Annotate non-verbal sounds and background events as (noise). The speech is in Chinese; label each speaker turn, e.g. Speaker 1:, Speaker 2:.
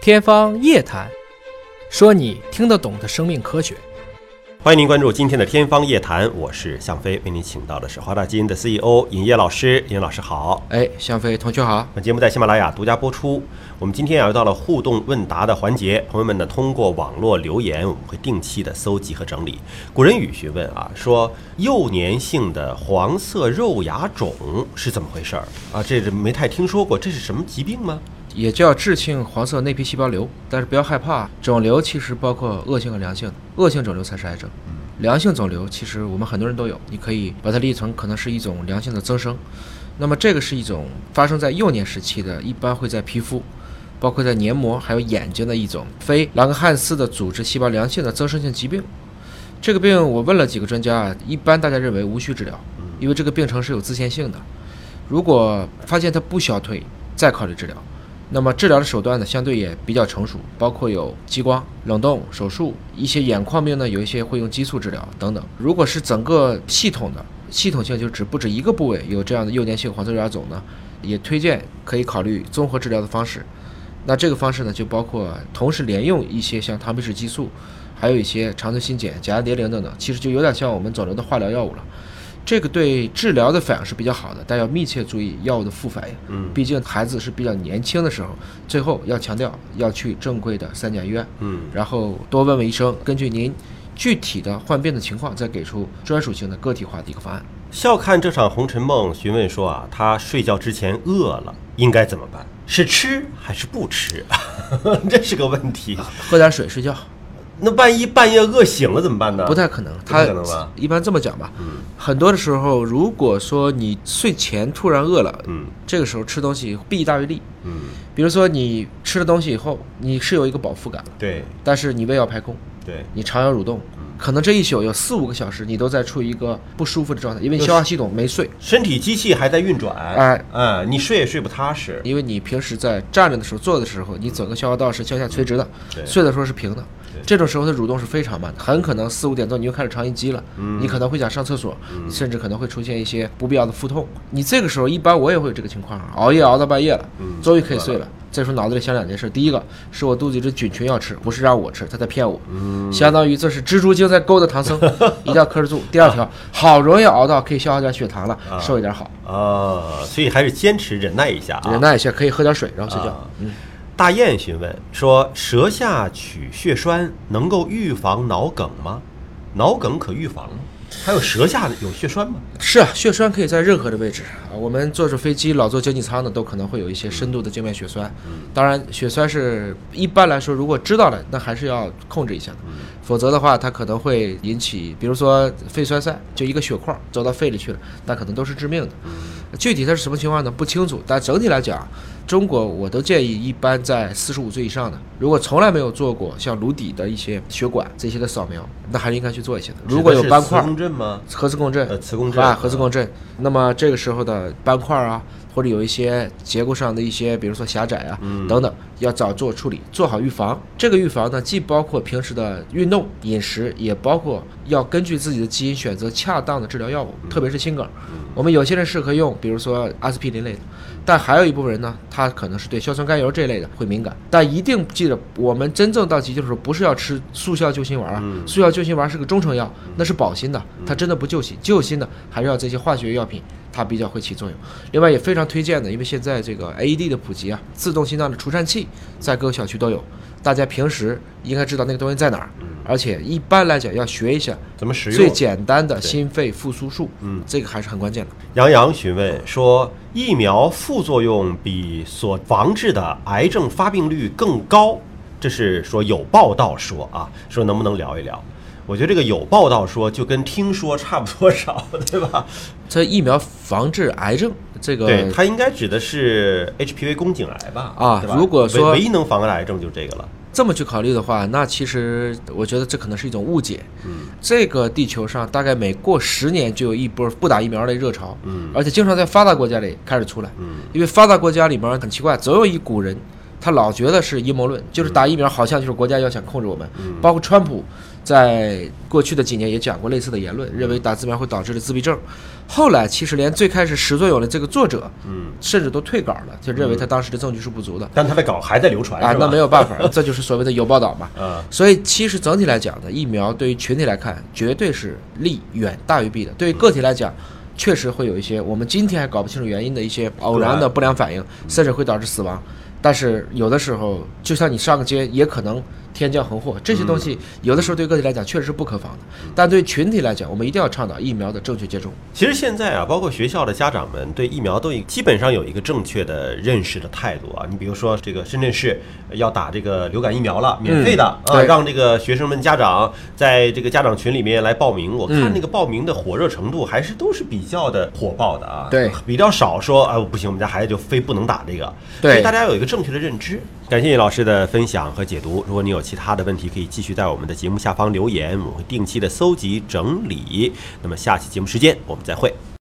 Speaker 1: 天方夜谭，说你听得懂的生命科学。
Speaker 2: 欢迎您关注今天的《天方夜谭》，我是向飞，为您请到的是华大基因的 CEO 尹烨老师。尹老师好，
Speaker 3: 哎，向飞同学好。
Speaker 2: 本节目在喜马拉雅独家播出。我们今天又到了互动问答的环节，朋友们呢通过网络留言，我们会定期的搜集和整理。古人语询问啊，说幼年性的黄色肉芽肿是怎么回事儿啊？这是没太听说过，这是什么疾病吗？
Speaker 3: 也叫质性黄色内皮细胞瘤，但是不要害怕，肿瘤其实包括恶性和良性的，恶性肿瘤才是癌症。良性肿瘤其实我们很多人都有，你可以把它理解成可能是一种良性的增生。那么这个是一种发生在幼年时期的，一般会在皮肤，包括在黏膜还有眼睛的一种非兰格汉斯的组织细胞良性的增生性疾病。这个病我问了几个专家啊，一般大家认为无需治疗，因为这个病程是有自限性的。如果发现它不消退，再考虑治疗。那么治疗的手段呢，相对也比较成熟，包括有激光、冷冻、手术，一些眼眶病呢，有一些会用激素治疗等等。如果是整个系统的系统性，就指不止一个部位有这样的幼年性黄色肉芽肿呢，也推荐可以考虑综合治疗的方式。那这个方式呢，就包括同时连用一些像糖皮质激素，还有一些长醇新碱、甲氨蝶呤等等，其实就有点像我们肿瘤的化疗药物了。这个对治疗的反应是比较好的，但要密切注意药物的副反应。
Speaker 2: 嗯
Speaker 3: 毕竟孩子是比较年轻的时候，最后要强调要去正规的三甲医院，
Speaker 2: 嗯，
Speaker 3: 然后多问问医生，根据您具体的患病的情况，再给出专属性的个体化的一个方案。
Speaker 2: 笑看这场红尘梦，询问说啊，他睡觉之前饿了，应该怎么办？是吃还是不吃？ (laughs) 这是个问题。
Speaker 3: 喝点水睡觉
Speaker 2: 那万一半夜饿醒了怎么办呢？
Speaker 3: 不太可能，
Speaker 2: 不
Speaker 3: 他
Speaker 2: 太可能吧？
Speaker 3: 一般这么讲吧，
Speaker 2: 嗯
Speaker 3: 很多的时候，如果说你睡前突然饿了，
Speaker 2: 嗯
Speaker 3: 这个时候吃东西弊大于利。
Speaker 2: 嗯，
Speaker 3: 比如说你吃了东西以后，你是有一个饱腹感了，
Speaker 2: 对
Speaker 3: 但是你胃要排空，
Speaker 2: 对，
Speaker 3: 你肠腰蠕动，
Speaker 2: 嗯
Speaker 3: 可能这一宿有四五个小时，你都在处于一个不舒服的状态，因为你消化系统没睡，
Speaker 2: 身体机器还在运转，
Speaker 3: 哎
Speaker 2: 嗯，你睡也睡不踏实，
Speaker 3: 因为你平时在站着的时候、坐的时候，你整个消化道是向下垂直的，
Speaker 2: 对
Speaker 3: 睡的时候是平的
Speaker 2: 对。
Speaker 3: 这种时候它蠕动是非常慢的，很可能四五点钟你就开始肠易激了，你可能会想上厕所，
Speaker 2: 嗯
Speaker 3: 你甚至可能会出现一些不必要的腹痛。你这个时候一般我也会有这个情况，
Speaker 2: 嗯
Speaker 3: 熬夜熬到半夜了，终于可以睡了。这时候脑子里想两件事，第一个是我肚子里的菌群要吃，不是让我吃，他在骗我，
Speaker 2: 嗯
Speaker 3: 相当于这是蜘蛛精在
Speaker 2: (laughs)
Speaker 3: 勾搭唐僧，一定要克制住。第二条，好容易熬到可以消耗点血糖了，瘦一点好，
Speaker 2: 啊，所以还是坚持忍耐一下啊。
Speaker 3: 忍耐一下，可以喝点水，然后睡觉。嗯
Speaker 2: 啊大雁询问说：“舌下取血栓能够预防脑梗吗？脑梗可预防吗？还有舌下有血栓吗？
Speaker 3: 是啊，血栓可以在任何的位置啊。我们坐着飞机老坐经济舱的都可能会有一些深度的镜面血栓。当然，血栓是一般来说，如果知道了，那还是要控制一下的，否则的话，它可能会引起，比如说肺栓塞，就一个血块走到肺里去了，那可能都是致命的。具体它是什么情况呢？不清楚。但整体来讲，中国我都建议一般在四十五岁以上的，如果从来没有做过像颅底的一些血管这些的扫描，那还是应该去做一下的。如果有斑块
Speaker 2: 指的是磁。共振吗？
Speaker 3: 核磁共振，
Speaker 2: 呃磁共振
Speaker 3: 啊，
Speaker 2: 嗯
Speaker 3: 核磁共振。那么这个时候的斑块啊，或者有一些结构上的一些，比如说狭窄啊、
Speaker 2: 嗯
Speaker 3: 等等，要早做处理，做好预防。这个预防呢，既包括平时的运动、饮食，也包括要根据自己的基因选择恰当的治疗药物，
Speaker 2: 嗯
Speaker 3: 特别是心梗。我们有些人适合用，比如说阿司匹林类的，但还有一部分人呢，他可能是对硝酸甘油这类的会敏感。但一定记得，我们真正到急救的时候，不是要吃速效救心丸啊，速效救心丸是个中成药，那是保心的，它真的不救心。救心的还是要这些化学药品，它比较会起作用。另外也非常推荐的，因为现在这个 AED 的普及啊，自动心脏的除颤器在各个小区都有，大家平时应该知道那个东西在哪儿，而且一般来讲要学一下
Speaker 2: 怎么使用？
Speaker 3: 最简单的心肺复苏术，
Speaker 2: 嗯
Speaker 3: 这个还是很关键的。
Speaker 2: 杨洋询问说：“疫苗副作用比所防治的癌症发病率更高，这是说有报道说啊，说能不能聊一聊？我觉得这个有报道说就跟听说差不多少，对吧？
Speaker 3: 这疫苗防治癌症这个
Speaker 2: 对，它应该指的是 HPV 宫颈癌吧？
Speaker 3: 啊
Speaker 2: 对吧
Speaker 3: 如果说
Speaker 2: 唯唯一能防的癌症就是这个了，
Speaker 3: 这么去考虑的话，那其实我觉得这可能是一种误解。
Speaker 2: 嗯，
Speaker 3: 这个地球上大概每过十年就有一波不打疫苗的热潮，嗯，而且经常在发达国家里开始出来，
Speaker 2: 嗯，
Speaker 3: 因为发达国家里面很奇怪，总有一股人他老觉得是阴谋论，就是打疫苗好像就是国家要想控制我们，
Speaker 2: 嗯
Speaker 3: 包括川普在过去的几年也讲过类似的言
Speaker 2: 嗯
Speaker 3: 论，认为打疫苗会导致的自闭症。后来其实连最开始始作俑的这个作者，
Speaker 2: 嗯，
Speaker 3: 甚至都退稿了，就认为他当时的证据是不足的
Speaker 2: 但他的稿还在流传
Speaker 3: 啊
Speaker 2: 是，吧
Speaker 3: 那没有办法，这就是所谓的有报道嘛。
Speaker 2: 啊，
Speaker 3: 所以其实整体来讲呢，疫苗对于群体来看，绝对是利远大于弊的。对于个体来讲，确实会有一些我们今天还搞不清楚原因的一些偶然
Speaker 2: 对
Speaker 3: 的不良反应，甚至会导致死亡。但是有的时候，就像你上个街，也可能天降横祸，这些东西有的时候对个体来讲确实是不可防的，但对群体来讲，我们一定要倡导疫苗的正确接种。
Speaker 2: 其实现在啊，包括学校的家长们对疫苗都已基本上有一个正确的认识的态度啊。你比如说，这个深圳市要打这个流感疫苗了，免费的
Speaker 3: 嗯
Speaker 2: 啊，
Speaker 3: 对
Speaker 2: 让这个学生们家长在这个家长群里面来报名。我看
Speaker 3: 嗯
Speaker 2: 那个报名的火热程度还是都是比较的火爆的啊，
Speaker 3: 对
Speaker 2: 比较少说啊不行，我们家孩子就非不能打这个。
Speaker 3: 对
Speaker 2: 所以大家有一个正确的认知。感谢叶老师的分享和解读。如果你有其他的问题，可以继续在我们的节目下方留言，我们会定期的搜集整理。那么下期节目时间我们再会。